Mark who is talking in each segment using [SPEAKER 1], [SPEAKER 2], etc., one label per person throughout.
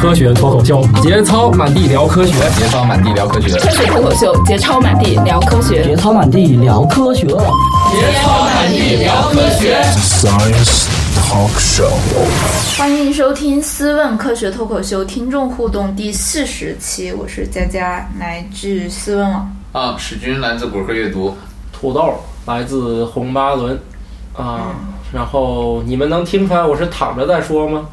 [SPEAKER 1] 科学脱口秀，节操满地聊科学，
[SPEAKER 2] 节操满地聊科学，
[SPEAKER 3] 科学脱口秀，节操满地聊科学，
[SPEAKER 4] 节操满地聊科学，
[SPEAKER 5] 节操满地聊科学。
[SPEAKER 6] Science Talk Show，
[SPEAKER 7] 欢迎收听《思问科学脱口秀》听众互动第四十期，我是佳佳，来自思问网。
[SPEAKER 2] 啊，史军来自果壳阅读，
[SPEAKER 8] 土豆来自红巴伦，啊，然后你们能听出来我是躺着在说吗？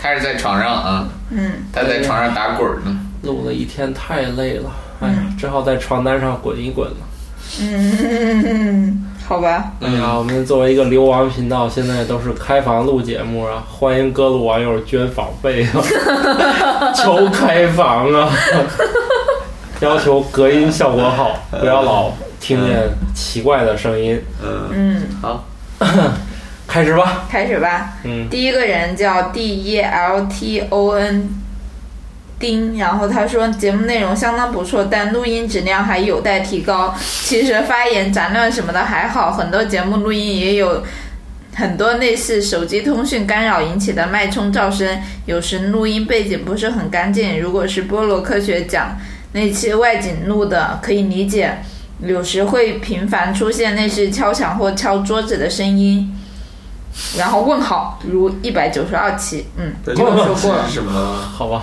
[SPEAKER 2] 他是在床上啊，
[SPEAKER 7] 嗯，
[SPEAKER 2] 他在床上打滚呢。
[SPEAKER 8] 录了一天太累了，哎呀，只好在床单上滚一滚了。
[SPEAKER 7] 嗯，好吧，
[SPEAKER 8] 哎呀，我们作为一个流亡频道，现在都是开房录节目啊，欢迎各路网友捐房费啊，求开房啊，要求隔音效果好，不要老听见奇怪的声音。
[SPEAKER 7] 嗯，
[SPEAKER 2] 好，
[SPEAKER 8] 开始吧，
[SPEAKER 7] 开始吧。
[SPEAKER 8] 嗯，
[SPEAKER 7] 第一个人叫 D E L T O N 丁，然后他说节目内容相当不错，但录音质量还有待提高。其实发言、杂乱什么的还好，很多节目录音也有。很多类似手机通讯干扰引起的脉冲噪声，有时录音背景不是很干净。如果是菠萝科学奖那期外景录的，可以理解。有时会频繁出现类似敲墙或敲桌子的声音。然后问号，如一百九十二期，嗯，
[SPEAKER 2] 这
[SPEAKER 7] 这个说过了，
[SPEAKER 2] 什么？
[SPEAKER 8] 好 吧，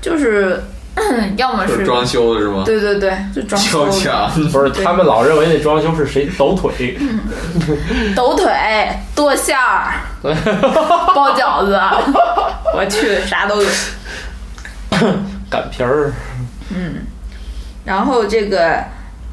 [SPEAKER 7] 就是 要么
[SPEAKER 2] 是
[SPEAKER 7] 是，
[SPEAKER 2] 装修的是吗？
[SPEAKER 7] 对对对，就装修
[SPEAKER 2] 敲墙，
[SPEAKER 8] 不是他们老认为那装修是谁抖腿，
[SPEAKER 7] 抖腿、剁馅儿、 包饺子， 我去，啥都有。
[SPEAKER 8] 擀皮儿，
[SPEAKER 7] 然后这个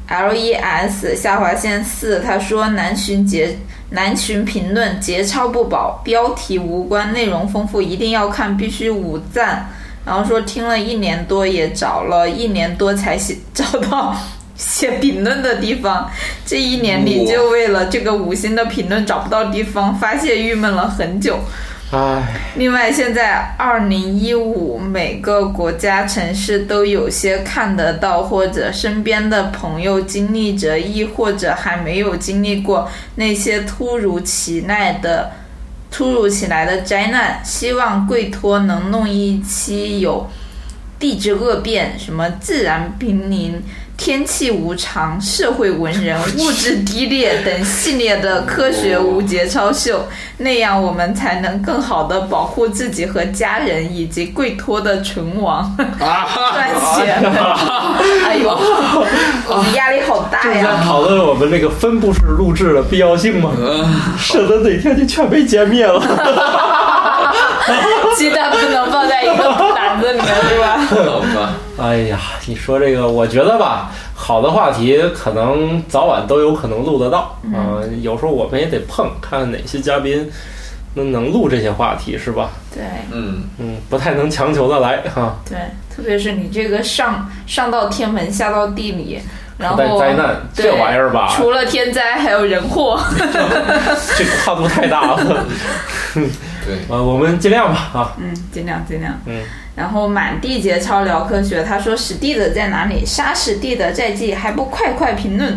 [SPEAKER 7] L E S 下划线四，他说南巡节南巡评论节操不保，标题无关，内容丰富，一定要看，必须五赞。然后说听了一年多，也找了一年多才写找到写评论的地方，这一年里
[SPEAKER 2] 哇
[SPEAKER 7] 就为了这个五星的评论找不到地方发泄郁闷了很久。
[SPEAKER 8] 哎，
[SPEAKER 7] 另外，现在二零一五每个国家城市都有些看得到，或者身边的朋友经历着，亦或者还没有经历过那些突如其来的、突如其来的灾难。希望贵托能弄一期有地质恶变、什么自然濒临、天气无常、社会文人、物质低劣等系列的科学无节操秀，那样我们才能更好的保护自己和家人以及贵托的存亡，
[SPEAKER 2] 啊
[SPEAKER 7] 赚钱。 哎呦，我们压力好大
[SPEAKER 8] 正在
[SPEAKER 7] 呀！
[SPEAKER 8] 讨论我们这个分布式录制的必要性吗？省得哪天就全被歼灭了。
[SPEAKER 7] 鸡蛋不能放在一个篮子里面，是吧？
[SPEAKER 2] 好吧，
[SPEAKER 8] 哎呀，你说这个，我觉得吧，好的话题可能早晚都有可能录得到。嗯、有时候我们也得碰，看看哪些嘉宾能能录这些话题，是吧？
[SPEAKER 7] 对
[SPEAKER 2] 嗯，
[SPEAKER 8] 嗯，不太能强求的来哈，
[SPEAKER 7] 对，特别是你这个上上到天文，下到地理，然
[SPEAKER 8] 带
[SPEAKER 7] 后
[SPEAKER 8] 灾难
[SPEAKER 7] 对
[SPEAKER 8] 这玩意儿吧，
[SPEAKER 7] 除了天灾还有人 祸。
[SPEAKER 8] 这跨度太大 了。
[SPEAKER 2] 对，
[SPEAKER 8] 呃，我们尽量吧啊，
[SPEAKER 7] 嗯，尽量尽量。
[SPEAKER 8] 嗯，
[SPEAKER 7] 然后满地节操聊科学，他说史蒂德在哪里？杀史蒂德在即，还不快快评论？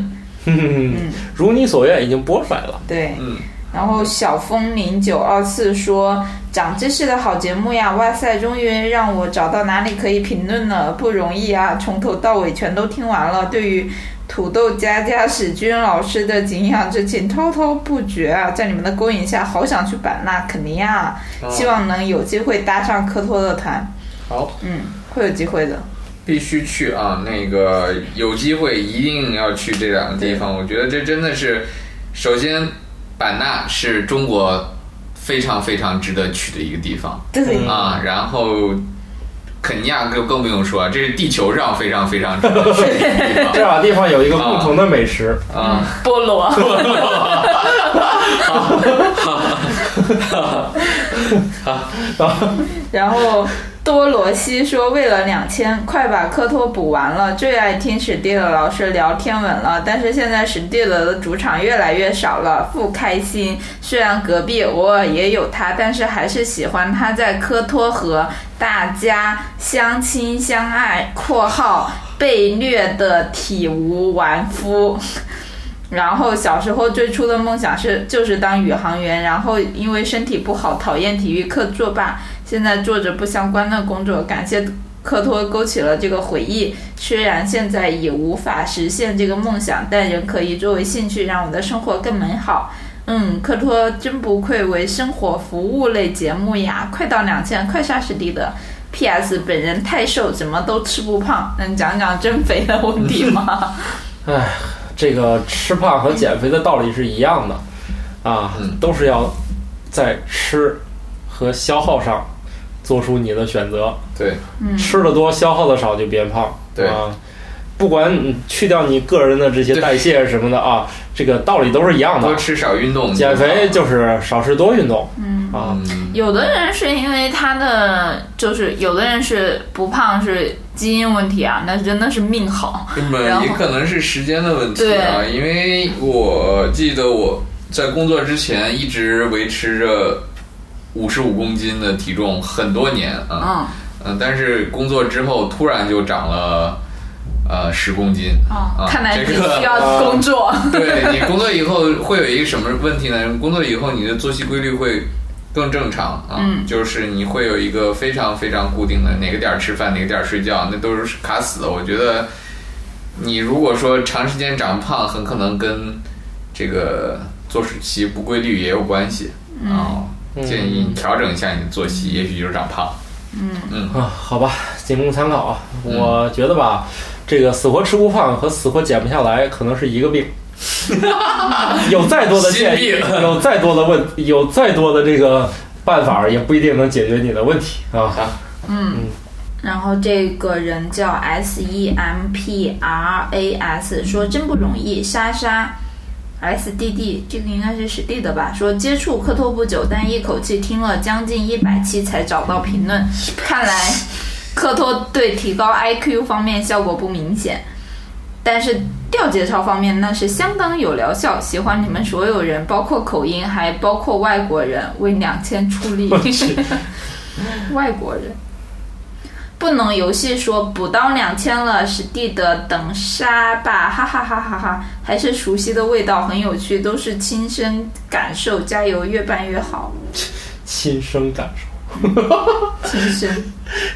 [SPEAKER 8] 哼
[SPEAKER 7] 嗯
[SPEAKER 8] 哼 如你所愿，已经播出来了。
[SPEAKER 7] 对，
[SPEAKER 2] 嗯，
[SPEAKER 7] 然后小风零九二四说长知识的好节目呀，哇塞，终于让我找到哪里可以评论了，不容易啊，从头到尾全都听完了，对于。土豆加加史军老师的敬仰之情滔滔不绝啊！在你们的勾引下，好想去版纳、肯尼亚，希望能有机会搭上科托的团。
[SPEAKER 2] 好，
[SPEAKER 7] 嗯，会有机会的。
[SPEAKER 2] 必须去啊！那个有机会一定要去这两个地方，我觉得这真的是，首先，版纳是中国非常非常值得去的一个地方。
[SPEAKER 7] 对，
[SPEAKER 2] 啊，然后肯尼亚更更不用说，啊这是地球上非常非常值得去的地方
[SPEAKER 8] 这俩地方有一个共同的美食，
[SPEAKER 2] 啊。
[SPEAKER 7] 菠萝。 然后多罗西说：“为了两千，快把科托补完了。最爱听史蒂德老师聊天文了，但是现在史蒂德的主场越来越少了，不开心。虽然隔壁偶尔也有他，但是还是喜欢他在科托和大家相亲相爱（括号被虐的体无完肤）。”然后小时候最初的梦想是就是当宇航员，然后因为身体不好讨厌体育课作罢。现在做着不相关的工作，感谢科托勾起了这个回忆。虽然现在已无法实现这个梦想，但仍可以作为兴趣让我的生活更美好。嗯，科托真不愧为生活服务类节目呀！快到两千，快杀史蒂德。P.S. 本人太瘦，怎么都吃不胖。能讲讲增肥的问题吗？
[SPEAKER 8] 哎，这个吃胖和减肥的道理是一样的啊，都是要在吃和消耗上做出你的选择。
[SPEAKER 2] 对，
[SPEAKER 7] 嗯
[SPEAKER 8] 吃的多，消耗的少就变胖。
[SPEAKER 2] 对
[SPEAKER 8] 啊，不管你去掉你个人的这些代谢什么的啊，这个道理都是一样的。
[SPEAKER 2] 多吃少运动，
[SPEAKER 8] 啊减肥就是少吃多运动。
[SPEAKER 7] 嗯
[SPEAKER 8] 啊。
[SPEAKER 7] 有的人是因为他的，就是有的人是不胖是基因问题啊，那真的是命好。
[SPEAKER 2] 根本
[SPEAKER 7] 然后
[SPEAKER 2] 也可能是时间的问题啊，因为我记得我在工作之前一直维持着五十五公斤的体重很多年啊，
[SPEAKER 7] 嗯，
[SPEAKER 2] 嗯，但是工作之后突然就长了呃十公斤啊，，
[SPEAKER 7] 哦看来你
[SPEAKER 2] 这
[SPEAKER 7] 需
[SPEAKER 2] 个。
[SPEAKER 7] 要工作。
[SPEAKER 2] 对你工作以后会有一个什么问题呢？工作以后你的作息规律会更正常啊，
[SPEAKER 7] 嗯
[SPEAKER 2] 就是你会有一个非常非常固定的哪个点儿吃饭，哪个点儿睡觉，那都是卡死的。我觉得你如果说长时间长胖，很可能跟这个作息不规律也有关系啊。建议你调整一下你的作息，也许就是长胖。
[SPEAKER 8] 啊，好吧，仅供参考啊。我觉得吧，这个死活吃不胖和死活减不下来可能是一 个病。有再多的建议
[SPEAKER 2] 心，病
[SPEAKER 8] 有再多的问，有再多的这个办法，也不一定能解决你的问题 啊。
[SPEAKER 7] 然后这个人叫 S E M P R A S，说真不容易，莎莎。S D D 这个应该是史蒂的吧？说接触科托不久，但一口气听了将近一百期才找到评论，看来科托对提高 I Q 方面效果不明显，但是调节操方面那是相当有疗效。喜欢你们所有人，包括口音，还包括外国人，为两千出力。外国人。不能游戏说补到两千了，史蒂的等杀吧，哈哈哈哈哈！还是熟悉的味道，很有趣，都是亲身感受，加油，越办越好，
[SPEAKER 8] 亲身感受，
[SPEAKER 7] 亲身。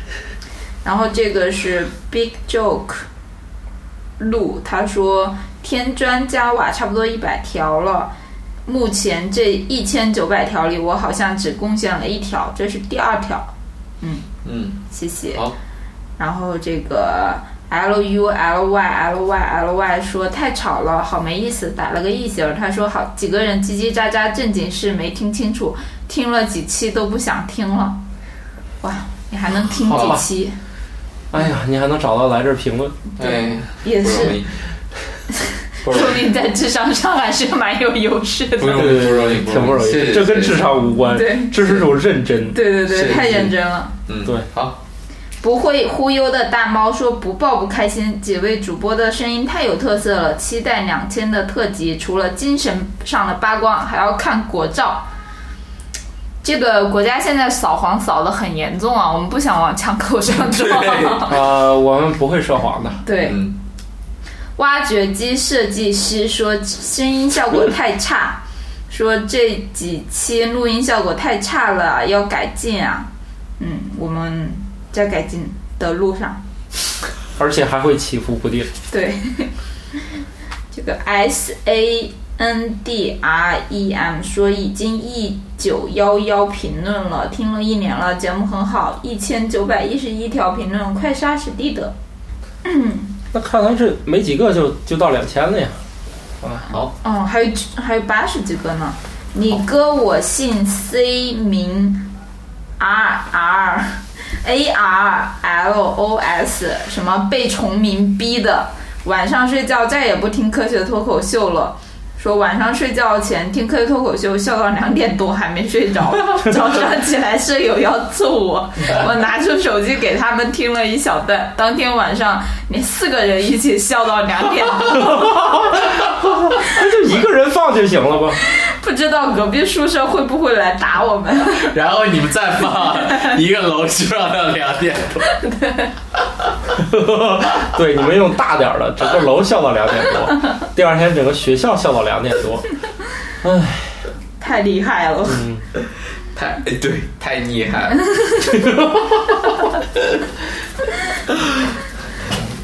[SPEAKER 7] 然后这个是 Big Joke 路，他说添砖加瓦差不多一百条了，目前这一千九百条里，我好像只贡献了一条，这是第二条，
[SPEAKER 2] 嗯，
[SPEAKER 7] 谢谢。
[SPEAKER 2] 好
[SPEAKER 7] 然后这个 L U L Y L Y L Y 说太吵了，好没意思，打了个一星儿。他说好几个人叽叽喳喳，正经事没听清楚，听了几期都不想听了。哇，你还能听
[SPEAKER 8] 好
[SPEAKER 7] 几
[SPEAKER 8] 吧
[SPEAKER 7] 期？
[SPEAKER 8] 哎呀，你还能找到来这儿评论，
[SPEAKER 2] 对，
[SPEAKER 7] 也
[SPEAKER 2] 不容
[SPEAKER 7] 是，
[SPEAKER 2] 易，
[SPEAKER 8] 不容
[SPEAKER 7] 说明在智商上还是蛮有优势的。
[SPEAKER 2] 不容易，不容易，
[SPEAKER 8] 挺不容易，
[SPEAKER 2] 嗯谢谢
[SPEAKER 8] 这跟
[SPEAKER 2] 谢谢
[SPEAKER 8] 智商无关，
[SPEAKER 7] 对
[SPEAKER 8] 这是种认真。
[SPEAKER 7] 对对
[SPEAKER 2] 是
[SPEAKER 7] 对，太认真了。
[SPEAKER 2] 嗯，
[SPEAKER 8] 对，
[SPEAKER 2] 好，
[SPEAKER 7] 不会忽悠的大猫说不爆不开心，几位主播的声音太有特色了，期待两千的特辑，除了精神上的扒光，还要看国照。这个国家现在扫黄扫的很严重啊，我们不想往枪口上撞。
[SPEAKER 8] 啊，我们不会说谎的。
[SPEAKER 7] 对，
[SPEAKER 2] 嗯。
[SPEAKER 7] 挖掘机设计师说声音效果太差，说这几期录音效果太差了，要改进啊。嗯，我们在改进的路上。
[SPEAKER 8] 而且还会起伏不定。
[SPEAKER 7] 对， 这个 S A N D R E M 说已经一九幺幺评论了，听了一年了，节目很好，一千九百一十一条评论，快杀史蒂德。
[SPEAKER 8] 那看来这没几个就就到两千了呀。啊
[SPEAKER 7] 哦，还有还有八十几个呢。你哥我姓 C 名 R R A R L O S，什么被重名逼的，晚上睡觉再也不听科学脱口秀了。说晚上睡觉前听科学脱口秀，笑到两点多还没睡着，早上起来舍友要揍我，我拿出手机给他们听了一小段。当天晚上，你四个人一起笑到两点多。
[SPEAKER 8] 那就一个人放就行了吧？
[SPEAKER 7] 不知道隔壁宿舍会不会来打我们？
[SPEAKER 2] 然后你们再放一个楼就要到两点多，
[SPEAKER 8] 对，你们用大点儿的，整个楼笑到两点多，第二天整个学校笑到两点多。
[SPEAKER 7] 太厉害了！
[SPEAKER 8] 嗯，
[SPEAKER 2] 太哎对，太厉害了。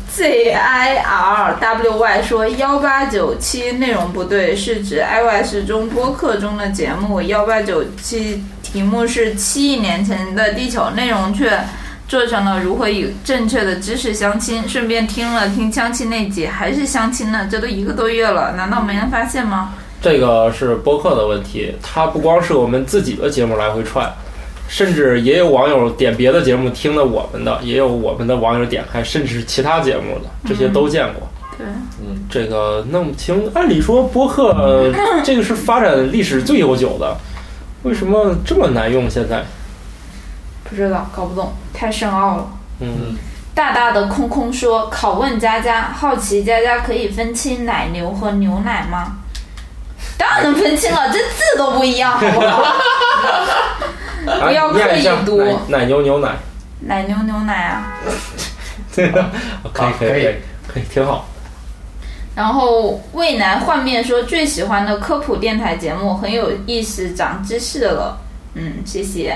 [SPEAKER 7] Z I R W Y 说幺八九七内容不对，是指 I Y 是中播客中的节目，幺八九七题目是七亿年前的地球，内容却做成了如何与正确的知识相亲。顺便听了听相亲那集，还是相亲呢，这都一个多月了，难道没人发现吗？
[SPEAKER 8] 这个是播客的问题，它不光是我们自己的节目来回串。甚至也有网友点别的节目听了我们的，也有我们的网友点开，甚至是其他节目的，这些都见过。
[SPEAKER 7] 嗯、对，
[SPEAKER 8] 嗯，这个弄不清。按理说播客、呃、这个是发展历史最悠久的，为什么这么难用？现在
[SPEAKER 7] 不知道，搞不懂，太深奥了。
[SPEAKER 8] 嗯，
[SPEAKER 7] 大大的空空说：“拷问佳佳，好奇佳佳可以分清奶牛和牛奶吗？”当然能分清了，这字都不一样，好不好？
[SPEAKER 8] 啊
[SPEAKER 7] 不要刻意读
[SPEAKER 8] 奶牛牛奶，
[SPEAKER 7] 奶牛牛奶啊，
[SPEAKER 8] 这个可以可以可以挺好。
[SPEAKER 7] 然后未来幻面说最喜欢的科普电台节目，很有意思，长知识了。嗯，谢谢。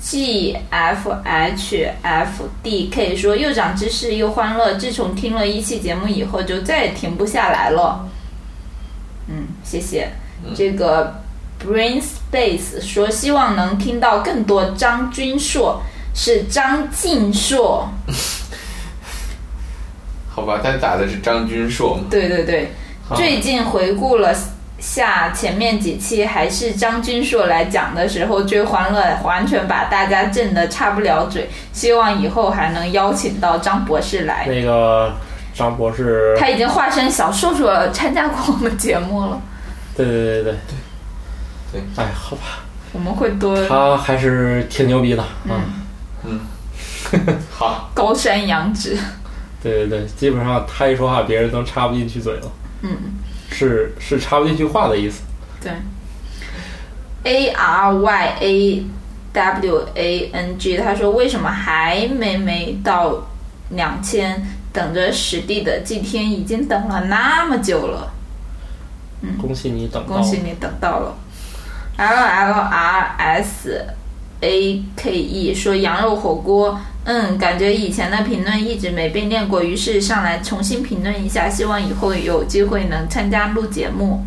[SPEAKER 7] G F H F D K 说又长知识又欢乐，自从听了一期节目以后，就再也停不下来了。嗯，谢谢。这个。Brain Space 说：“希望能听到更多张军硕，是张晋硕。
[SPEAKER 2] 好吧，他打的是张军硕嘛？
[SPEAKER 7] 对对对，最近回顾了下前面几期，还是张军硕来讲的时候最欢乐，完全把大家震得插不了嘴。希望以后还能邀请到张博士来。
[SPEAKER 8] 那个张博士，
[SPEAKER 7] 他已经化身小硕硕参加过我们节目了。
[SPEAKER 8] 对对对对对。”哎，好吧，
[SPEAKER 7] 我们会多。
[SPEAKER 8] 他还是挺牛逼的，嗯
[SPEAKER 2] 嗯，好，
[SPEAKER 7] 高山仰止。
[SPEAKER 8] 对对对，基本上他一说话，别人都插不进去嘴了。
[SPEAKER 7] 嗯，
[SPEAKER 8] 是是插不进去话的意思。
[SPEAKER 7] 对，A R Y A W A N G，他说为什么还没没到两千？等着史蒂的祭天已经等了那么久了。嗯，
[SPEAKER 8] 恭喜你等，
[SPEAKER 7] 恭喜你等到了。L L R S A K E 说羊肉火锅，嗯，感觉以前的评论一直没被念过，于是上来重新评论一下，希望以后有机会能参加录节目。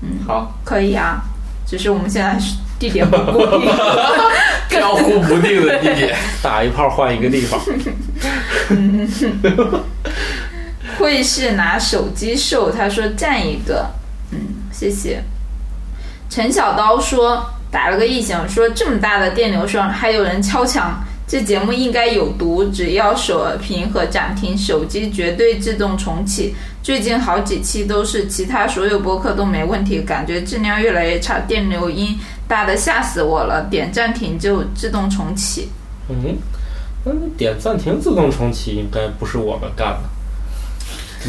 [SPEAKER 7] 嗯，
[SPEAKER 2] 好，
[SPEAKER 7] 可以啊，只是我们现在地点不固定，
[SPEAKER 2] 飘忽不定的地点，
[SPEAKER 8] 打一炮换一个地方。
[SPEAKER 7] 嗯、会是拿手机秀，他说占一个，嗯，谢谢。陈小刀说打了个异响，说这么大的电流声还有人敲墙，这节目应该有毒。只要锁屏和暂停，手机绝对自动重启。最近好几期都是，其他所有播客都没问题，感觉质量越来越差，电流音大的吓死我了。点暂停就自动重启。
[SPEAKER 8] 嗯，那点暂停自动重启应该不是我们干的。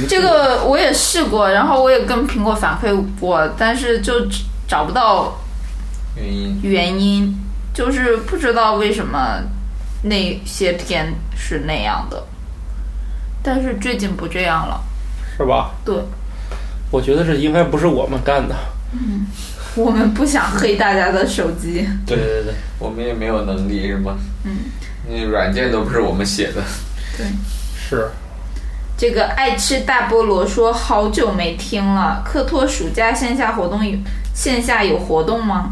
[SPEAKER 7] 这个我也试过，然后我也跟苹果反馈过，但是就。找不到
[SPEAKER 2] 原因，
[SPEAKER 7] 原因就是不知道为什么那些天是那样的，但是最近不这样了，
[SPEAKER 8] 是吧？
[SPEAKER 7] 对，
[SPEAKER 8] 我觉得这应该不是我们干的。
[SPEAKER 7] 嗯，我们不想黑大家的手机。
[SPEAKER 8] 对对对，
[SPEAKER 2] 我们也没有能力，是吗？
[SPEAKER 7] 嗯，
[SPEAKER 2] 那软件都不是我们写的。
[SPEAKER 7] 对，
[SPEAKER 8] 是。
[SPEAKER 7] 这个爱吃大菠萝说好久没听了，克托暑假线下活动有线下有活动吗？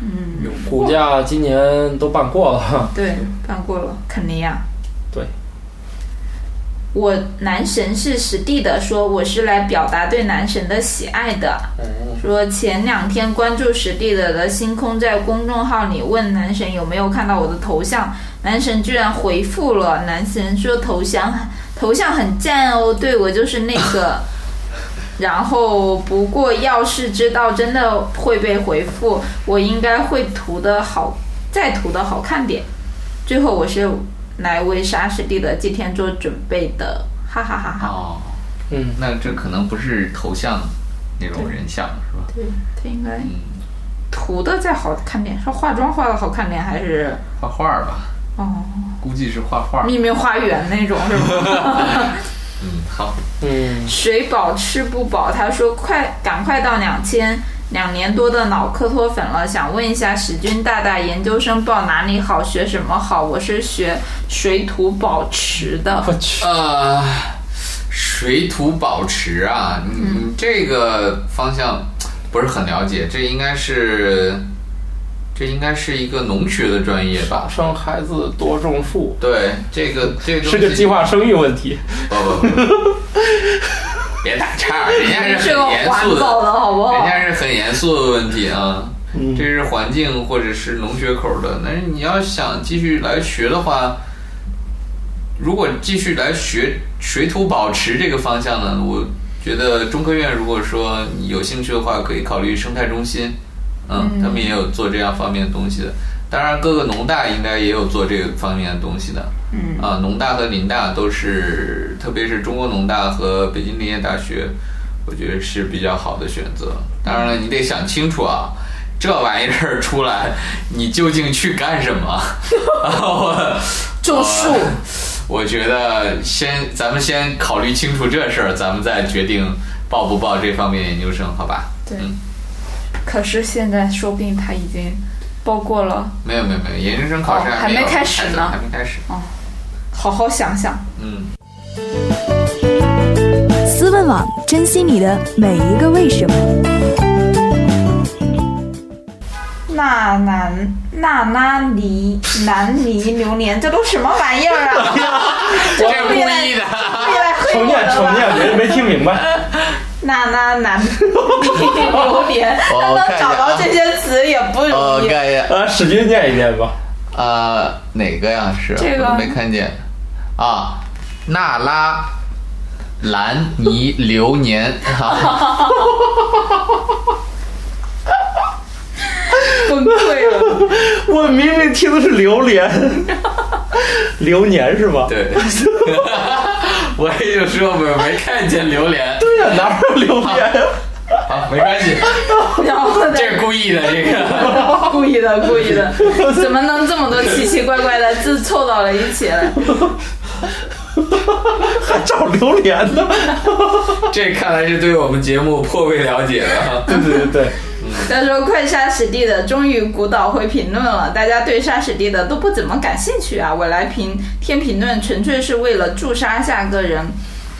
[SPEAKER 7] 嗯，
[SPEAKER 2] 有
[SPEAKER 8] 暑假今年都办过了，
[SPEAKER 7] 对，办过了，肯尼亚。
[SPEAKER 8] 对，
[SPEAKER 7] 我男神是实地的说，我是来表达对男神的喜爱的。
[SPEAKER 2] 嗯
[SPEAKER 7] 说前两天关注实地的的星空在公众号里问男神有没有看到我的头像，男神居然回复了，男神说头像头像很赞哦，对我就是那个。 然后，不过要是知道真的会被回复，我应该会涂的好，再涂的好看点。最后，我是来为沙师弟的祭天做准备的，哈哈哈哈。
[SPEAKER 2] 哦，
[SPEAKER 8] 嗯，
[SPEAKER 2] 那这可能不是头像那种人像是吧？嗯
[SPEAKER 7] 对，他应该涂的再好看点，是化妆化的好看点还是
[SPEAKER 2] 画画吧？
[SPEAKER 7] 哦，
[SPEAKER 2] 估计是画画。
[SPEAKER 7] 秘密花园那种是吧？
[SPEAKER 2] 嗯，好。
[SPEAKER 8] 嗯，
[SPEAKER 7] 水饱吃不饱。他说快，赶快到两千。两年多的脑科托粉了，想问一下史军大大，研究生报哪里好，学什么好？我是学水土保持的。
[SPEAKER 8] 我去，
[SPEAKER 2] 呃，水土保持啊，你、
[SPEAKER 7] 嗯
[SPEAKER 2] 你这个方向不是很了解，这应该是这应该是一个农学的专业吧？
[SPEAKER 8] 生孩子多种树，
[SPEAKER 2] 对，这个这个
[SPEAKER 8] 是个计划生育问题。
[SPEAKER 2] 不不不，别打岔，人家
[SPEAKER 7] 这
[SPEAKER 2] 是
[SPEAKER 7] 个
[SPEAKER 2] 很严
[SPEAKER 7] 环
[SPEAKER 2] 肃
[SPEAKER 7] 保的好不
[SPEAKER 2] 人
[SPEAKER 7] 好？
[SPEAKER 2] 家是很严肃的问题啊，
[SPEAKER 8] 嗯
[SPEAKER 2] 这是环境或者是农学口的。但是你要想继续来学的话，如果继续来学水土保持这个方向呢，我觉得中科院如果说你有兴趣的话，可以考虑生态中心，嗯，他们也有做这样方面的东西的。当然，各个农大应该也有做这个方面的东西的。嗯啊，农大和林大都是，特别是中国农大和北京林业大学，我觉得是比较好的选择。当然了，你得想清楚啊，这玩意儿出来，你究竟去干什么？ 我
[SPEAKER 7] 种树，
[SPEAKER 2] 我觉得先咱们先考虑清楚这事儿，咱们再决定报不报这方面研究生，好吧？
[SPEAKER 7] 对。可是现在说不定他已经报过了，
[SPEAKER 2] 没有没有没有，研究生考试
[SPEAKER 7] 哦
[SPEAKER 2] 没有、
[SPEAKER 7] 还没开始呢
[SPEAKER 2] 还没开始。
[SPEAKER 7] 好好想想。
[SPEAKER 2] 嗯，
[SPEAKER 4] 思问网珍惜你的每一个为什么。
[SPEAKER 7] 纳南纳拉尼南泥榴莲，这都什么玩意儿 啊？
[SPEAKER 2] 哎这是故意的。
[SPEAKER 7] 故意来黑我
[SPEAKER 8] 重念
[SPEAKER 7] 的
[SPEAKER 8] 重
[SPEAKER 7] 吧？
[SPEAKER 8] 念，没没听明 白。
[SPEAKER 7] 纳拉南 泥榴莲，
[SPEAKER 2] 我
[SPEAKER 7] 他能
[SPEAKER 2] 看一下
[SPEAKER 7] 找到
[SPEAKER 2] 啊
[SPEAKER 7] 这些词也不容 易。
[SPEAKER 2] 一下。
[SPEAKER 8] 呃，使劲念一念吧。
[SPEAKER 2] 呃，哪个呀？是
[SPEAKER 7] 这个
[SPEAKER 2] 我都没看见啊，纳拉兰尼流年啊，
[SPEAKER 7] 崩溃了。
[SPEAKER 8] 我明明听的是榴 莲，流年是吧？
[SPEAKER 2] 对， 我也就说我没看见榴莲
[SPEAKER 8] 对呀，哪有榴莲？
[SPEAKER 2] 啊，没关系，
[SPEAKER 7] 然后呢？
[SPEAKER 2] 这是故意的，这 个
[SPEAKER 7] 故意的，故意的，怎么能这么多奇奇怪怪的字凑到了一起来？
[SPEAKER 8] 还找榴莲呢？
[SPEAKER 2] 这看来是对我们节目颇为了解了。
[SPEAKER 8] 对对对对，
[SPEAKER 7] 他说：“快杀史蒂的，终于古岛会评论了。大家对杀史蒂的都不怎么感兴趣啊。我来评添评论，纯粹是为了驻杀下个人。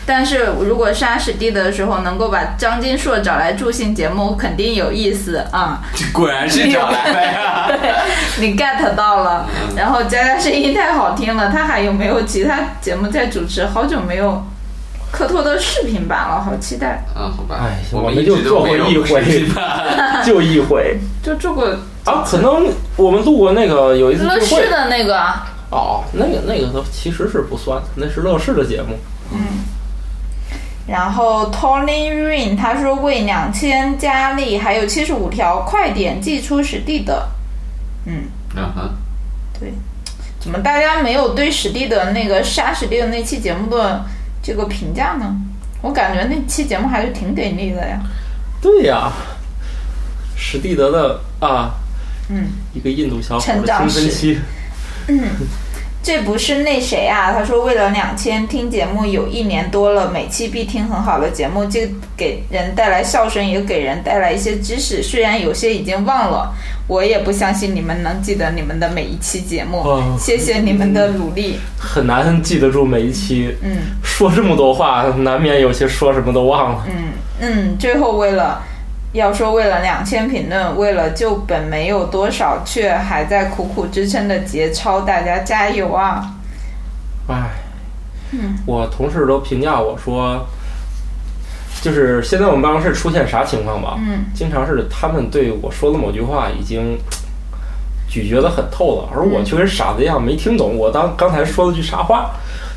[SPEAKER 7] 但是如果杀史蒂的时候能够把张金硕找来助兴节目，肯定有意思啊。
[SPEAKER 2] 果然是找来了 呀。
[SPEAKER 7] 你 get 到了。然后佳佳声音太好听了，他还有没有其他节目在主持？好久没有科托的视频版了，好期待。
[SPEAKER 2] 嗯，好吧
[SPEAKER 8] 哎，
[SPEAKER 2] 我们
[SPEAKER 8] 我们
[SPEAKER 2] 一
[SPEAKER 8] 就
[SPEAKER 2] 直都没有
[SPEAKER 8] 做过一回
[SPEAKER 2] 视频 版
[SPEAKER 8] 就一回
[SPEAKER 7] 就做过
[SPEAKER 8] 啊，可能我们录过那个有一次
[SPEAKER 7] 乐
[SPEAKER 8] 聚会
[SPEAKER 7] 视的那个啊。”
[SPEAKER 8] 哦，那个那个都其实是不算，那是乐视的节目。
[SPEAKER 7] 然后 Tony Rain 他说为两千佳丽，还有七十五条，快点寄出史蒂的。嗯，
[SPEAKER 2] 嗯哼，
[SPEAKER 7] 怎么大家没有对史蒂的那个杀史蒂的那期节目的这个评价呢？我感觉那期节目还是挺给力的呀。
[SPEAKER 8] 对呀，史蒂德的啊，
[SPEAKER 7] 嗯，
[SPEAKER 8] 一个印度小伙
[SPEAKER 7] 成
[SPEAKER 8] 的
[SPEAKER 7] 长
[SPEAKER 8] 青春
[SPEAKER 7] 史
[SPEAKER 8] 期，
[SPEAKER 7] 这不是那谁啊？他说为了两千听节目有一年多了，每期必听很好的节目，既给人带来笑声，也给人带来一些知识。虽然有些已经忘了，我也不相信你们能记得你们的每一期节目。
[SPEAKER 8] 哦
[SPEAKER 7] 谢谢你们的努力。
[SPEAKER 8] 很难记得住每一期。
[SPEAKER 7] 嗯
[SPEAKER 8] 说这么多话，难免有些说什么都忘了。
[SPEAKER 7] 嗯嗯，最后为了。要说为了两千评论，为了就本没有多少，却还在苦苦支撑的节操，大家加油啊！
[SPEAKER 8] 唉，
[SPEAKER 7] 嗯
[SPEAKER 8] 我同事都评价我说，就是现在我们办公室出现啥情况吧，
[SPEAKER 7] 嗯，
[SPEAKER 8] 经常是他们对我说的某句话已经咀嚼的很透了，而我却跟傻子一样没听懂我当刚才说了句啥话。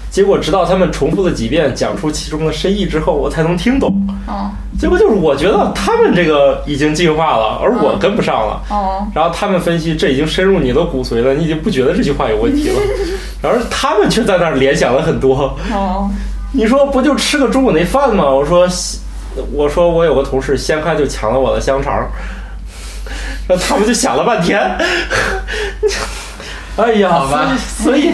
[SPEAKER 8] 结果直到他们重复了几遍，讲出其中的深意之后，我才能听懂。
[SPEAKER 7] 哦
[SPEAKER 8] 结果就是我觉得他们这个已经进化了，而我跟不上了。
[SPEAKER 7] 哦，
[SPEAKER 8] 然后他们分析，这已经深入你的骨髓了，你已经不觉得这句话有问题了。然后他们却在那儿联想了很多。
[SPEAKER 7] 哦，
[SPEAKER 8] 你说不就吃个中午那饭吗？我说，我说我有个同事先开就抢了我的香肠， 然后他们就想了半天。 哎呀
[SPEAKER 2] 好，吧
[SPEAKER 8] 所以，所以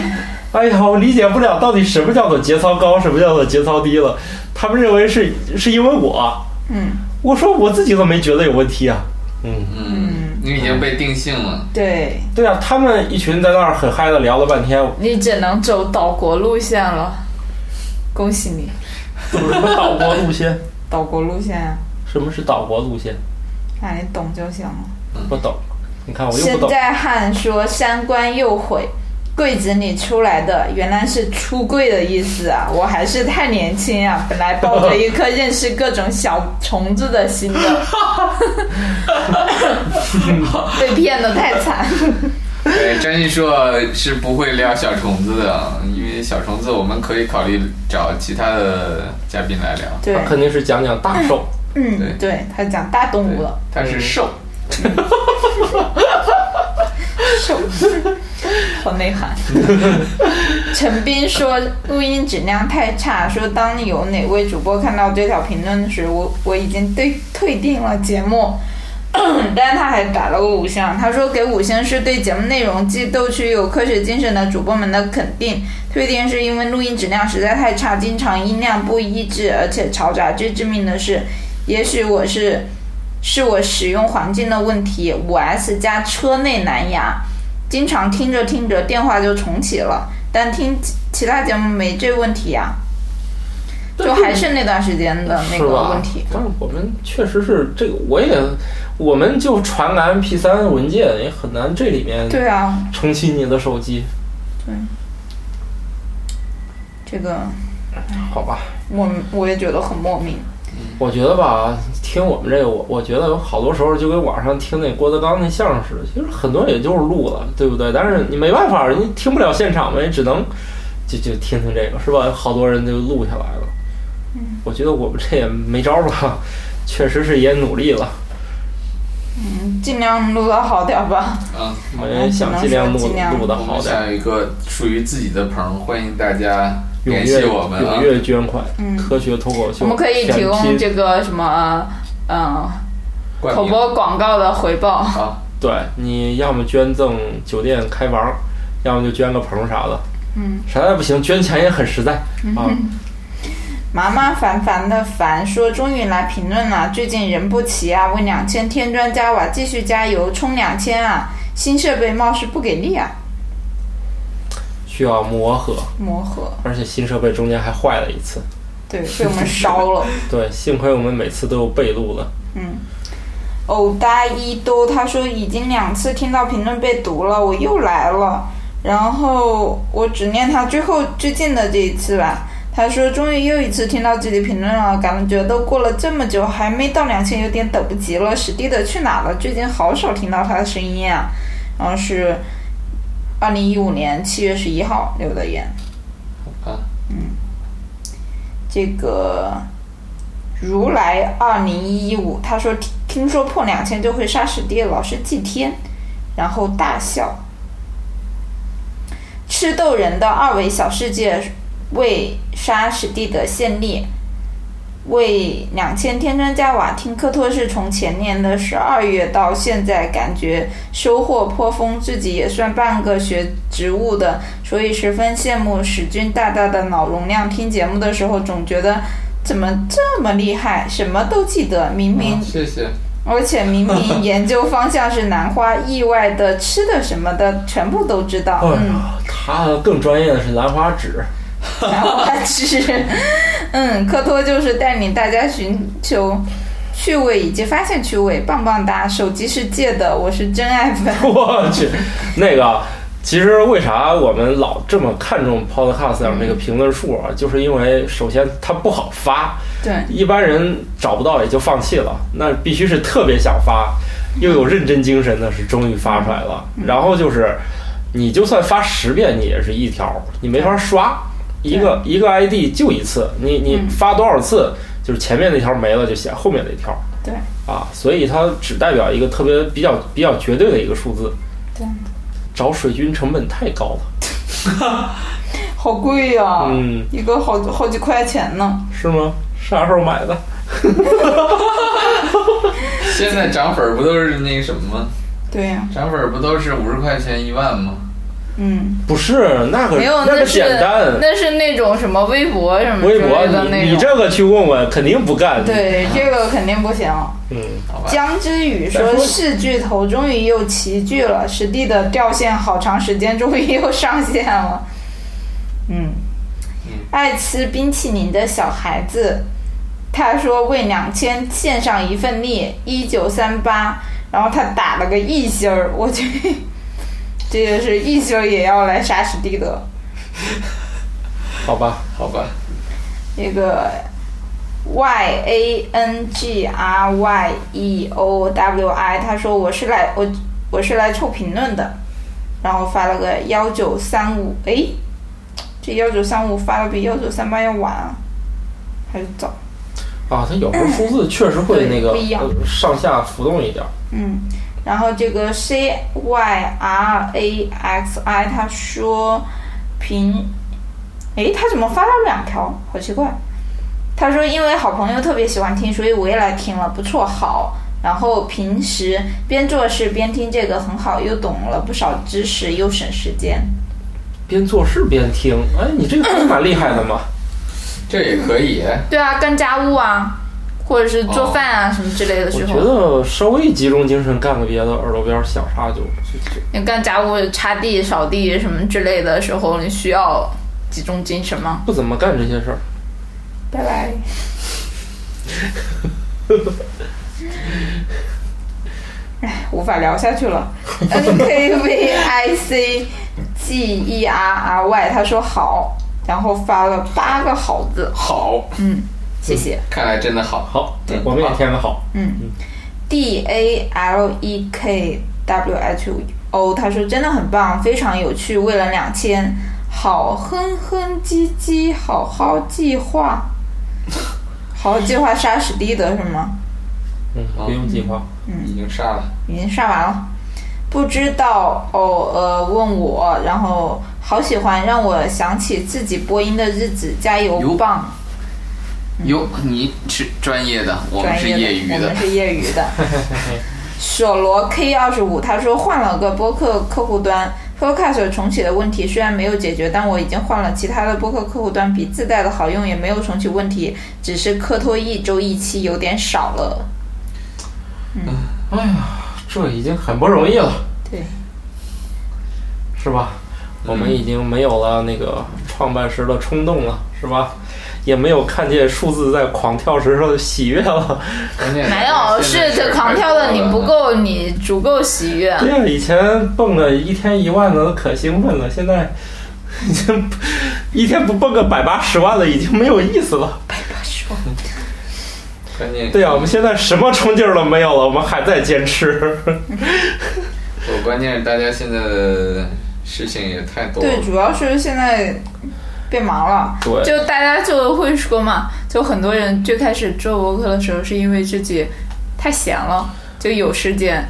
[SPEAKER 8] 哎呀，我理解不了到底什么叫做节操高，什么叫做节操低了。他们认为是是因为我，
[SPEAKER 7] 嗯，
[SPEAKER 8] 我说我自己都没觉得有问题啊。嗯
[SPEAKER 2] 嗯，你已经被定性了。
[SPEAKER 7] 对
[SPEAKER 8] 对啊，他们一群在那儿很嗨的聊了半 天，
[SPEAKER 7] 你只能走岛国路线了。恭喜你，
[SPEAKER 8] 什么岛国路线？
[SPEAKER 7] 岛国路线啊？
[SPEAKER 8] 什么是岛国路线？
[SPEAKER 7] 啊，你懂就行了。
[SPEAKER 8] 不懂，你看我又不
[SPEAKER 7] 现
[SPEAKER 8] 懂。
[SPEAKER 7] 在汉说三观又毁，柜子里出来的原来是出柜的意思啊！我还是太年轻啊，本来抱着一颗认识各种小虫子的心 的， 被骗的太惨。
[SPEAKER 2] 对，张艺硕是不会撩小虫子的，因为小虫子我们可以考虑找其他的嘉宾来聊。
[SPEAKER 7] 对
[SPEAKER 8] 他，肯定是讲讲大兽，
[SPEAKER 2] 对
[SPEAKER 7] 嗯，对他讲大动物
[SPEAKER 2] 对
[SPEAKER 7] 了，
[SPEAKER 2] 他
[SPEAKER 8] 嗯
[SPEAKER 2] 是瘦，
[SPEAKER 7] 手好内涵。陈斌说录音质量太差，说当有哪位主播看到这条评论时，我我已经对退订了节目。 但是他还打了个五星，他说给五星是对节目内容及逗趣有科学精神的主播们的肯定，退订是因为录音质量实在太差，经常音量不一致，而且嘈杂。最致命的是，也许我是是我使用环境的问题，五 S 加车内蓝牙，经常听着听着电话就重启了，但听其其他节目没这问题呀、就还是那段时间的那
[SPEAKER 8] 是
[SPEAKER 7] 个
[SPEAKER 8] 吧
[SPEAKER 7] 问题？。
[SPEAKER 8] 但是我们确实是这个，我也，我们就传个 MP 3文件也很难，这里面
[SPEAKER 7] 对啊，
[SPEAKER 8] 重启你的手机，
[SPEAKER 7] 这个
[SPEAKER 8] 好吧？
[SPEAKER 7] 我我也觉得很莫名。
[SPEAKER 8] 我觉得吧，听我们这个，我我觉得有好多时候就跟网上听那郭德纲那相声似的，其实很多也就是录了，对不对？但是你没办法，你听不了现场嘛，你只能就就听听这个，是吧？好多人就录下来了。嗯，我觉得我们这也没招儿了，确实是也努力了，
[SPEAKER 7] 尽量录的好点儿吧。
[SPEAKER 2] 嗯。
[SPEAKER 8] 我也想尽量录
[SPEAKER 7] 尽量
[SPEAKER 8] 录的
[SPEAKER 2] 我
[SPEAKER 8] 好
[SPEAKER 2] 们
[SPEAKER 8] 点儿，
[SPEAKER 2] 下一个属于自己的棚，欢迎大家
[SPEAKER 8] 踊
[SPEAKER 2] 联系
[SPEAKER 8] 跃
[SPEAKER 2] 我们啊
[SPEAKER 8] 踊！跃捐款，科学脱口秀，
[SPEAKER 7] 嗯我们可以提供这个什么，嗯、
[SPEAKER 2] 冠
[SPEAKER 7] 口
[SPEAKER 2] 名
[SPEAKER 7] 播广告的回报。
[SPEAKER 2] 啊，
[SPEAKER 8] 对，你要么捐赠酒店开房，要么就捐个棚啥的。
[SPEAKER 7] 嗯，
[SPEAKER 8] 实在不行捐钱也很实在 啊。
[SPEAKER 7] 麻麻烦烦的烦说，终于来评论了，最近人不齐啊，为两千添砖加瓦，继续加油，冲两千啊！新设备貌似不给力啊，
[SPEAKER 8] 需要磨合，
[SPEAKER 7] 磨合，
[SPEAKER 8] 而且新设备中间还坏了一次。
[SPEAKER 7] 对，被我们 烧了。
[SPEAKER 8] 对，幸亏我们每次都有备录的。
[SPEAKER 7] 偶搭哦一都，他说已经两次听到评论被读了，我又来了。然后我只念他最后最近的这一次吧。他说终于又一次听到自己评论了，感觉都过了这么久还没到两千，有点等不及了。史蒂德去哪了？最近好少听到他的声音啊。然后是二零一五年七月十一号留的言。
[SPEAKER 2] 好吧
[SPEAKER 7] 这个如来二零一五，他说听听说破两千就会杀史爹，老师祭天，然后大笑。吃豆人的二维小世界为杀史蒂德献力，为两千添砖加瓦。听科托是从前年的十二月到现在，感觉收获颇丰，自己也算半个学植物的，所以十分羡慕史军大大的脑容量。听节目的时候，总觉得怎么这么厉害，什么都记得，明明
[SPEAKER 2] 谢谢。
[SPEAKER 7] 而且明明研究方向是兰花，意外的吃的什么的全部都知道。
[SPEAKER 8] 哎
[SPEAKER 7] 嗯，
[SPEAKER 8] 呀，他更专业的是兰花指，
[SPEAKER 7] 兰花吃。 嗯，科托就是带领大家寻求趣味以及发现趣味，棒棒哒！手机是借的，我是真爱粉。
[SPEAKER 8] 我去，那个。其实为啥我们老这么看重 Podcast 上这
[SPEAKER 7] 嗯
[SPEAKER 8] 个评论数啊？就是因为首先它不好发，
[SPEAKER 7] 对，
[SPEAKER 8] 一般人找不到也就放弃了，那必须是特别想发，又有认真精神的是终于发出来了。
[SPEAKER 7] 嗯
[SPEAKER 8] 然后就是，你就算发十遍，你也是一条，你没法刷，一个一个 ID 就一次，你你
[SPEAKER 7] 嗯
[SPEAKER 8] 发多少次，就是前面那条没了就写后面那条。
[SPEAKER 7] 对
[SPEAKER 8] 啊，所以它只代表一个特别比较比较绝对的一个数字。
[SPEAKER 7] 对，
[SPEAKER 8] 找水军成本太高了。
[SPEAKER 7] 好贵呀、
[SPEAKER 8] 嗯，
[SPEAKER 7] 一个好好几块钱呢。
[SPEAKER 8] 是吗？啥时候买的？
[SPEAKER 2] 现在涨粉儿不都是那个什么吗？
[SPEAKER 7] 对呀、
[SPEAKER 2] 涨粉儿不都是五十块钱一万吗？
[SPEAKER 7] 嗯，
[SPEAKER 8] 不是那个
[SPEAKER 7] 没有，
[SPEAKER 8] 那
[SPEAKER 7] 那
[SPEAKER 8] 个
[SPEAKER 7] 是
[SPEAKER 8] 简单。
[SPEAKER 7] 那是那种什么微博什么
[SPEAKER 8] 微
[SPEAKER 7] 之
[SPEAKER 8] 博，
[SPEAKER 7] 类的嗯那
[SPEAKER 8] 你
[SPEAKER 7] 种。
[SPEAKER 8] 你这个去问问，肯定不干。，
[SPEAKER 7] 对这个肯定不行。
[SPEAKER 8] 嗯，
[SPEAKER 2] 好吧，
[SPEAKER 7] 江之宇
[SPEAKER 8] 再
[SPEAKER 7] 说：“
[SPEAKER 8] 说
[SPEAKER 7] 市巨头终于又齐聚了，实地的掉线好长时间，终于又上线了。”嗯，爱吃冰淇淋的小孩子，他说为两千献上一份力，一九三八，然后他打了个一星儿，我觉得 这就是一星儿也要来杀史蒂德。
[SPEAKER 8] 好吧，
[SPEAKER 2] 好吧，
[SPEAKER 7] 那个 Y A N G R Y E O W I，他说我是来我我是来凑评论的，然后发了个幺九三五，哎，这幺九三五发的比幺九三八要晚啊，还是早？
[SPEAKER 8] 啊，它有时候数字确实会
[SPEAKER 7] 对
[SPEAKER 8] 那个
[SPEAKER 7] 不一样
[SPEAKER 8] 呃上下浮动一点儿。
[SPEAKER 7] 嗯，然后这个 C Y R A X I，他说评，诶，他怎么发了两条？好奇怪。他说因为好朋友特别喜欢听，所以我也来听了，不错，好。然后平时边做事边听这个很好，又懂了不少知识，又省时间。
[SPEAKER 8] 边做事边听，哎，你这个还蛮厉害的 嘛。
[SPEAKER 2] 这也可以。
[SPEAKER 7] 对啊，干家务啊，或者是做饭啊、什么之类的
[SPEAKER 8] 我
[SPEAKER 7] 时
[SPEAKER 8] 觉
[SPEAKER 7] 候，
[SPEAKER 8] 得稍微集中精神干个别的，耳朵边儿想啥就就就
[SPEAKER 7] 你干家务、擦地、扫地什么之类的时候，你需要集中精神吗？
[SPEAKER 8] 不怎么干这些事儿。
[SPEAKER 7] 拜拜。哎，无法聊下去了。N K V I C G E R R Y，他说好，然后发了八个好字，
[SPEAKER 2] 好，
[SPEAKER 7] 谢谢。
[SPEAKER 2] 看来真的好。
[SPEAKER 8] 好
[SPEAKER 2] 嗯，
[SPEAKER 8] 我们也填个好。
[SPEAKER 7] D A L E K W H O，他说真的很棒，非常有趣。为了两千，好哼哼唧唧，好好计划，好好计划杀史蒂德是吗？
[SPEAKER 8] 嗯，不用计划。
[SPEAKER 2] 已经杀了，
[SPEAKER 7] 已经上完了。不知道哦，呃，问我，然后好喜欢，让我想起自己播音的日子，加油
[SPEAKER 2] 哟
[SPEAKER 7] 棒！
[SPEAKER 2] 哟，你是专业的，我们
[SPEAKER 7] 嗯专
[SPEAKER 2] 是
[SPEAKER 7] 业的
[SPEAKER 2] 业余
[SPEAKER 7] 我
[SPEAKER 2] 的
[SPEAKER 7] 们。是业 余的。索罗 K 二十五他说换了个播客客户端，Podcast 重启的问题虽然没有解决，但我已经换了其他的播客客户端，比自带的好用，也没有重启问题，只是科托一周一期有点少了。
[SPEAKER 8] 哎呀，这已经很不容易了，
[SPEAKER 7] 对，
[SPEAKER 8] 是吧？我们已经没有了那个创办时的冲动了，是吧？也没有看见数字在狂跳时候的喜悦了。
[SPEAKER 2] 关键
[SPEAKER 7] 没有，
[SPEAKER 2] 现在
[SPEAKER 7] 是
[SPEAKER 2] 事儿
[SPEAKER 7] 这狂跳的
[SPEAKER 2] 太多
[SPEAKER 7] 你
[SPEAKER 2] 了
[SPEAKER 7] 不够，你足够喜悦。
[SPEAKER 8] 对哎呀，以前蹦个一天一万的都可兴奋了，现在已经一天不蹦个百八十万的已经没有意思了。
[SPEAKER 2] 关键
[SPEAKER 8] 对呀、啊我们现在什么冲劲儿都没有了，我们还在坚持。
[SPEAKER 2] 我关键是大家现在的事情也太多了
[SPEAKER 7] 对，，主要是现在变忙了，
[SPEAKER 8] 对
[SPEAKER 7] 就大家就会说嘛，就很多人最开始做博客的时候，是因为自己太闲了，就有时间。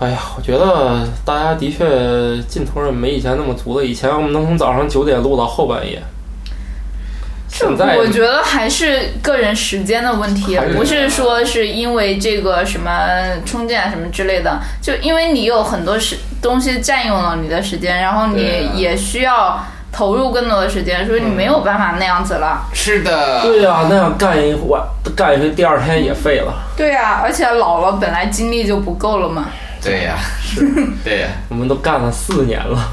[SPEAKER 8] 哎呀，我觉得大家的确劲头儿也没以前那么足了。以前我们能从早上九点录到后半夜，
[SPEAKER 7] 这
[SPEAKER 8] 现在
[SPEAKER 7] 我觉得还是个人时间的问题
[SPEAKER 8] 还是，
[SPEAKER 7] 不是说是因为这个什么充电啊什么之类的，就因为你有很多时东西占用了你的时间，然后你
[SPEAKER 2] 对啊
[SPEAKER 7] 也需要投入更多的时间，所以你没有办法那样子了。
[SPEAKER 2] 是的，
[SPEAKER 8] 对呀、那样干一晚干一回，第二天也废了。
[SPEAKER 7] 对啊，而且老了本来精力就不够了嘛。
[SPEAKER 2] 对呀，是， 对呀，
[SPEAKER 8] 我们都干了四年了，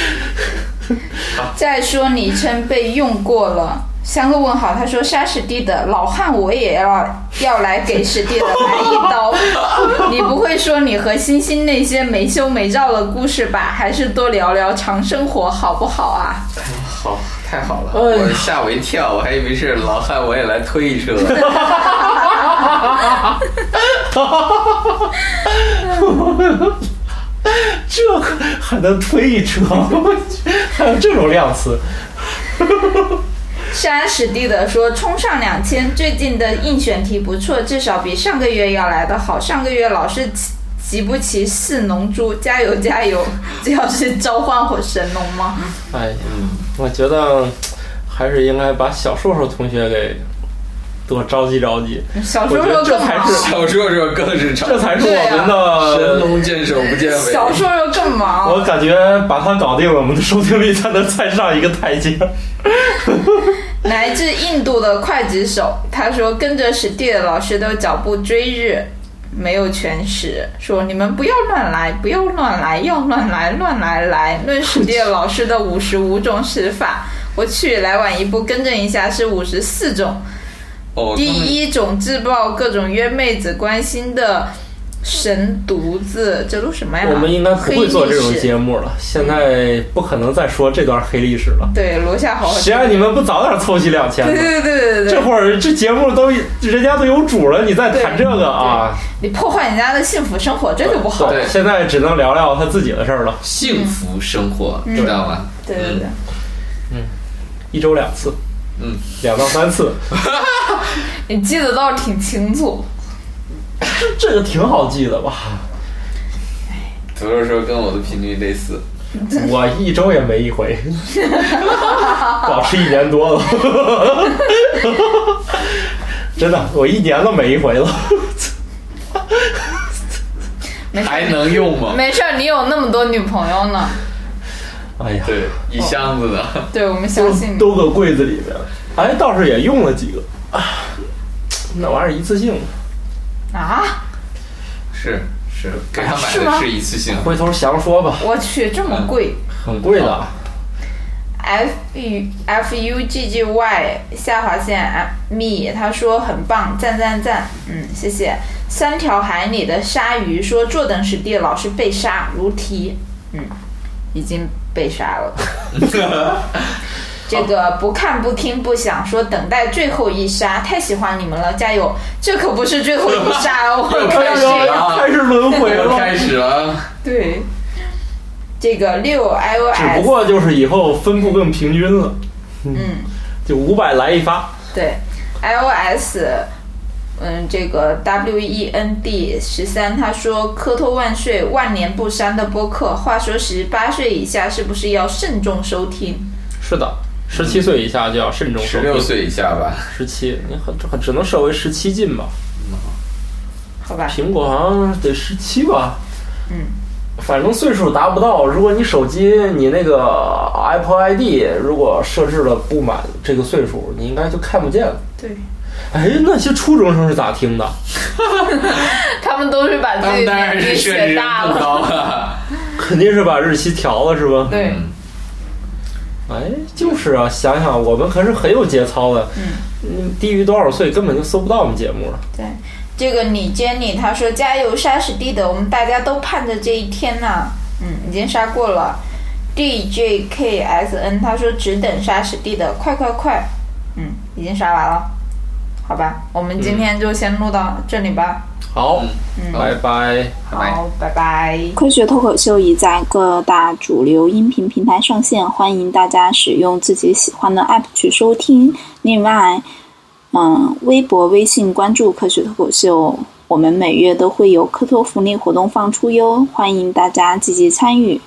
[SPEAKER 7] 再说昵称被用过了，三个问号。他说杀史蒂的老汉，我也要要来给史蒂的来一 刀。你不会说你和星星那些没羞没臊的故事吧？还是多聊聊长生活好不好啊？
[SPEAKER 2] 好，太好了，
[SPEAKER 8] 哎呀
[SPEAKER 2] 我吓我一跳，我还以为是老汉我也来推一车，
[SPEAKER 8] 这还能推一车，还有这种量词？
[SPEAKER 7] 山史蒂的说：“冲上两千，最近的应选题不错，至少比上个月要来的好。上个月老是集集不齐四龙珠，加油加油！这要是召唤火神龙吗？嗯
[SPEAKER 8] 哎呀，我觉得还是应该把小硕硕同学给多着急着急。
[SPEAKER 7] 小
[SPEAKER 8] 我
[SPEAKER 7] 说
[SPEAKER 8] 觉
[SPEAKER 7] 肉
[SPEAKER 8] 得这
[SPEAKER 7] 更
[SPEAKER 8] 才
[SPEAKER 7] 忙，
[SPEAKER 8] 是
[SPEAKER 2] 小时候这更是
[SPEAKER 8] 这
[SPEAKER 2] 长，
[SPEAKER 8] 才是我们
[SPEAKER 2] 神
[SPEAKER 8] 的。
[SPEAKER 2] 龙见首不见尾。
[SPEAKER 7] 小说肉更
[SPEAKER 8] 我
[SPEAKER 7] 忙。
[SPEAKER 8] 感觉把它搞定了，我们的收听率才能再上一个台阶。
[SPEAKER 7] 来自印度的刽子手，他说跟着史蒂的老师的脚步追日，没有全史，说你们不要乱来，不要乱来，要乱来乱来来。论史蒂的老师的五十五种史法，我去来晚一步更正一下，是五十四种。
[SPEAKER 2] 哦，
[SPEAKER 7] 第
[SPEAKER 2] 他们
[SPEAKER 7] 一种自曝各种约妹子关心的神犊子，这都什哎么呀？
[SPEAKER 8] 我们应该不会做这种
[SPEAKER 7] 黑历史
[SPEAKER 8] 节目了，现在不可能再说这段黑历史了。
[SPEAKER 7] 对，楼下好好
[SPEAKER 8] 谁让你们不早点凑齐两千
[SPEAKER 7] 嗯对对
[SPEAKER 8] 呢？
[SPEAKER 7] 对对对
[SPEAKER 8] 这
[SPEAKER 7] 对，
[SPEAKER 8] 会儿这节目都人家都有主了，你再谈这个啊？
[SPEAKER 7] 你破坏人家的幸福生活，这就不好。
[SPEAKER 2] 对
[SPEAKER 8] 现在只能聊聊他自己的事儿了，
[SPEAKER 2] 幸福生活，
[SPEAKER 7] 嗯
[SPEAKER 2] 知道吗？
[SPEAKER 7] 对对对，
[SPEAKER 8] 一周两次，
[SPEAKER 2] 嗯，
[SPEAKER 8] 两到三次，
[SPEAKER 7] 你记得倒是挺清楚。
[SPEAKER 8] 这个挺好 记的吧？
[SPEAKER 2] 土豆说跟我的频率类似，
[SPEAKER 8] 我一周也没 一回，保持一年多了，真的，我一年都没一回了。
[SPEAKER 7] 没事
[SPEAKER 2] 还能用吗？
[SPEAKER 7] 没事儿，你有那么多女朋友呢。
[SPEAKER 8] 哎呀，
[SPEAKER 2] 对，一箱子的。
[SPEAKER 7] 对，我们相
[SPEAKER 8] 都
[SPEAKER 7] 信你。
[SPEAKER 8] 都搁柜子里边，哎，倒是也用了几个，啊那玩意儿一次性的。
[SPEAKER 7] 啊！
[SPEAKER 2] 是是，给他买
[SPEAKER 7] 是吗
[SPEAKER 2] 的是一次 性，
[SPEAKER 8] 回头详说吧，
[SPEAKER 7] 我去，这么贵。
[SPEAKER 8] 很贵的。啊
[SPEAKER 7] f u f u g g y 下划线 m me，他说很棒，赞赞赞，嗯，谢谢。三条海里的鲨鱼说坐等史蒂老师被杀，如题，嗯，已经被杀了。这个不看不听不想说等待最后一杀，太喜欢你们了，加油！这可不是最后一 杀哦，我
[SPEAKER 2] 开
[SPEAKER 8] 嗯
[SPEAKER 2] 始了
[SPEAKER 8] 开始轮回
[SPEAKER 2] 又
[SPEAKER 8] 了，
[SPEAKER 2] 开始了，
[SPEAKER 7] 对。这个六
[SPEAKER 8] 只
[SPEAKER 7] iOS
[SPEAKER 8] 不过就是以后分布更平均了，
[SPEAKER 7] 嗯，
[SPEAKER 8] 就五百来一发。
[SPEAKER 7] 对，iOS，嗯，这个 W E N D 十三，他说磕头万岁，万年不删的播客。话说十八岁以下是不是要慎重收听？
[SPEAKER 8] 是的，十七岁以下就要慎重
[SPEAKER 2] 十六，岁以下吧，
[SPEAKER 8] 十七，你很这很只能设为十七禁吧？
[SPEAKER 7] 好吧，
[SPEAKER 8] 苹果好像得十七吧？
[SPEAKER 7] 嗯，
[SPEAKER 8] 反正岁数达不到。如果你手机你那个 Apple ID 如果设置了不满这个岁数，你应该就看不见了。
[SPEAKER 7] 对，
[SPEAKER 8] 哎，那些初中生是咋听的？
[SPEAKER 7] 他们都是把
[SPEAKER 2] 他
[SPEAKER 7] 自己
[SPEAKER 2] 们当
[SPEAKER 7] 年
[SPEAKER 2] 然
[SPEAKER 7] 纪
[SPEAKER 2] 是确
[SPEAKER 7] 学
[SPEAKER 2] 实
[SPEAKER 7] 大
[SPEAKER 2] 不
[SPEAKER 7] 了。
[SPEAKER 2] 高了，
[SPEAKER 8] 肯定是把日期调了，是吧？
[SPEAKER 7] 对，
[SPEAKER 2] 嗯
[SPEAKER 8] 哎，就是啊，想想我们可是很有节操的，嗯，低于多少岁根本就搜不到我们节目了。
[SPEAKER 7] 对，这个你 Jenny 他说加油杀史蒂的，我们大家都盼着这一天呐、嗯，已经杀过了。D J K S N 他说只等杀史蒂的，快快快！嗯，已经杀完了。好吧，我们今天就先录到这里吧。
[SPEAKER 8] 好，
[SPEAKER 7] 嗯
[SPEAKER 8] 拜拜。
[SPEAKER 2] 拜拜
[SPEAKER 7] 好，拜拜。
[SPEAKER 9] 科学脱口秀已在各大主流音频平台上线，欢迎大家使用自己喜欢的 app 去收听。另外，嗯，微博、微信关注科学脱口秀，我们每月都会有科托福利活动放出哟，欢迎大家积极参与。